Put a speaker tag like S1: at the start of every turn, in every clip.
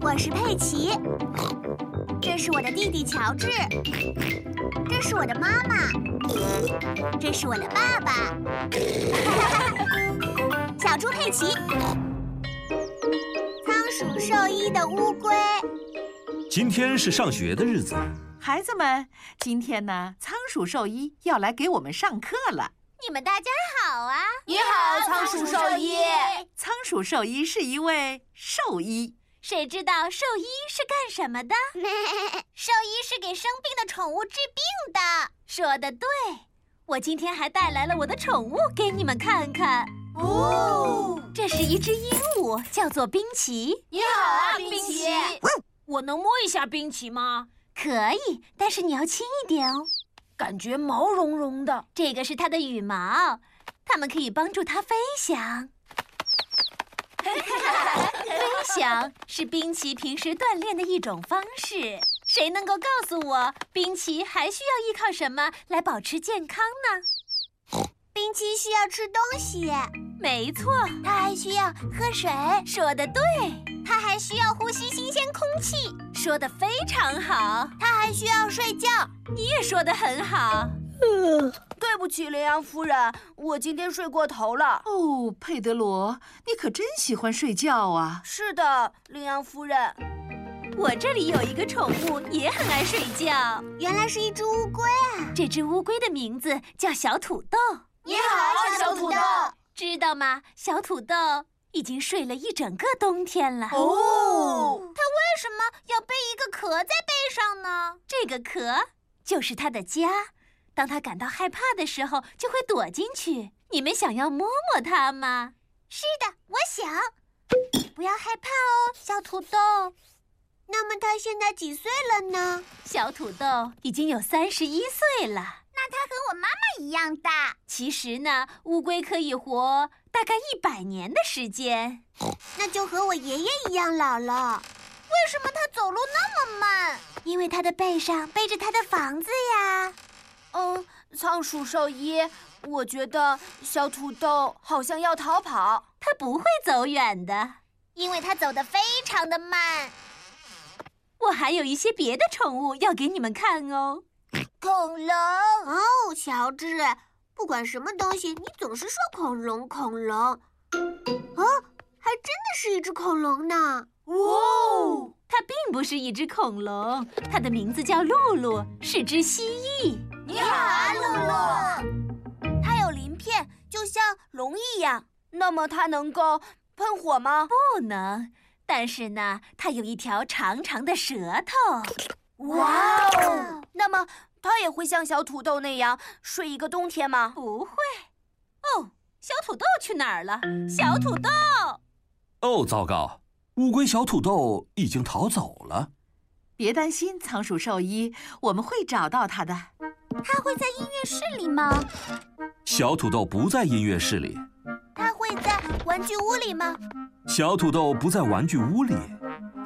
S1: 我是佩奇，这是我的弟弟乔治，这是我的妈妈，这是我的爸爸， 小猪佩奇，仓鼠兽医的乌龟。
S2: 今天是上学的日子，
S3: 孩子们，今天呢，仓鼠兽医要来给我们上课了。
S4: 你们大家好啊！
S5: 你好，仓鼠兽医。
S3: 仓鼠兽医是一位兽医。
S4: 谁知道兽医是干什 么的？兽医是给生病的宠物治病的。说的对，我今天还带来了我的宠物给你们看看。哦，这是一只鹦鹉，叫做冰淇。
S5: 你好啊，冰淇。
S4: 我能摸一下冰淇吗？可以，但是你要轻一点哦。
S5: 感觉毛茸茸的，
S4: 这个是它的羽毛，它们可以帮助它飞翔。飞翔是冰淇平时锻炼的一种方式。谁能够告诉我，冰淇还需要依靠什么来保持健康
S1: 呢？冰淇需要吃东西，
S4: 没错，
S1: 它还需要喝水。
S4: 说的对，
S1: 它还需要呼吸新鲜空气。
S4: 说的非常好，
S1: 它还需要睡觉。
S4: 你也说的很好。
S5: 呃，对不起，羚羊夫人，我今天睡过头了。
S3: 哦，佩德罗，你可真喜欢睡觉啊！
S5: 是的，羚羊夫人，
S4: 我这里有一个宠物也很爱睡觉，
S1: 原来是一只乌龟啊！
S4: 这只乌龟的名字叫小土豆。
S5: 你好，小土豆。
S4: 知道吗？小土豆已经睡了一整个冬天了。
S5: 哦，
S4: 它
S1: 为什么要背一个壳在背上呢？
S4: 这个壳就是它的家。当他感到害怕的时候，就会躲进去。你们想要摸摸它吗？
S1: 是的，我想。不要害怕哦，小土豆。那么它现在几岁了呢？
S4: 小土豆已经有三十一岁了。
S1: 那它和我妈妈一样大。
S4: 其实呢，乌龟可以活大概一百年的时间。
S1: 那就和我爷爷一样老了。为什么它走路那么慢？
S4: 因为它的背上背着它的房子呀。
S5: 嗯，仓鼠兽医，我觉得小土豆好像要逃跑。
S4: 它不会走远的，
S1: 因为它走得非常的慢。
S4: 我还有一些别的宠物要给你们看哦。
S1: 恐龙哦，乔治，不管什么东西，你总是说恐龙，恐龙。啊，还真的是一只恐龙呢。
S4: 哦，它并不是一只恐龙，它的名字叫露露，是只蜥蜴。
S5: 你好啊，露
S1: 露！它有鳞片，就像龙一样。
S5: 那么它能够喷火吗？
S4: 不能。但是呢，它有一条长长的舌头。
S5: 哇哦！那么它也会像小土豆那样睡一个冬天吗？
S4: 不会。哦，小土豆去哪儿了？小土豆！
S2: 哦，糟糕！乌龟小土豆已经逃走了。
S3: 别担心，仓鼠兽医，我们会找到它的。
S1: 它会在音乐室里吗？
S2: 小土豆不在音乐室里。
S1: 它会在玩具屋里吗？
S2: 小土豆不在玩具屋里。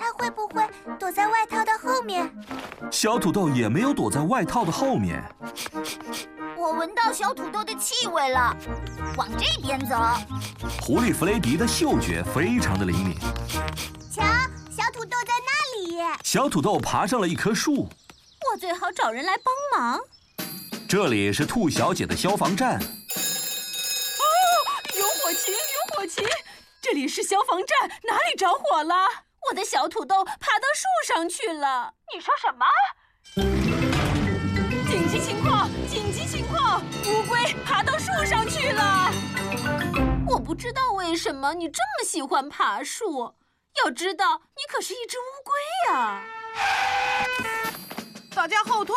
S1: 它会不会躲在外套的后面？
S2: 小土豆也没有躲在外套的后面。
S1: 我闻到小土豆的气味了，往这边走。
S2: 狐狸弗雷迪的嗅觉非常的灵敏。
S1: 瞧，小土豆在那里。
S2: 小土豆爬上了一棵树。
S4: 我最好找人来帮忙。
S2: 这里是兔小姐的消防站。
S3: 哦，有火情，有火情！这里是消防站，哪里着火了？
S4: 我的小土豆爬到树上去了。
S5: 你说什么？
S3: 紧急情况！紧急情况！乌龟爬到树上去了。
S4: 我不知道为什么你这么喜欢爬树。要知道，你可是一只乌龟呀、啊！
S3: 大家后退！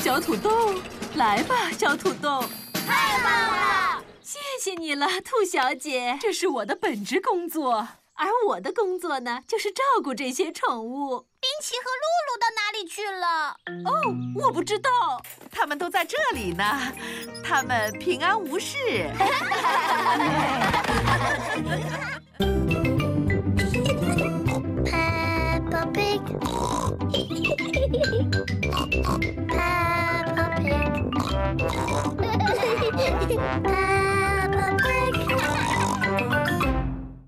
S3: 小土豆，来吧，小土豆！
S4: 太棒了！谢谢你了，兔小姐。
S3: 这是我的本职工作，
S4: 而我的工作呢，就是照顾这些宠物。
S1: 冰淇和露露到哪里去了？
S4: 哦，我不知道，
S3: 他们都在这里呢，他们平安无事。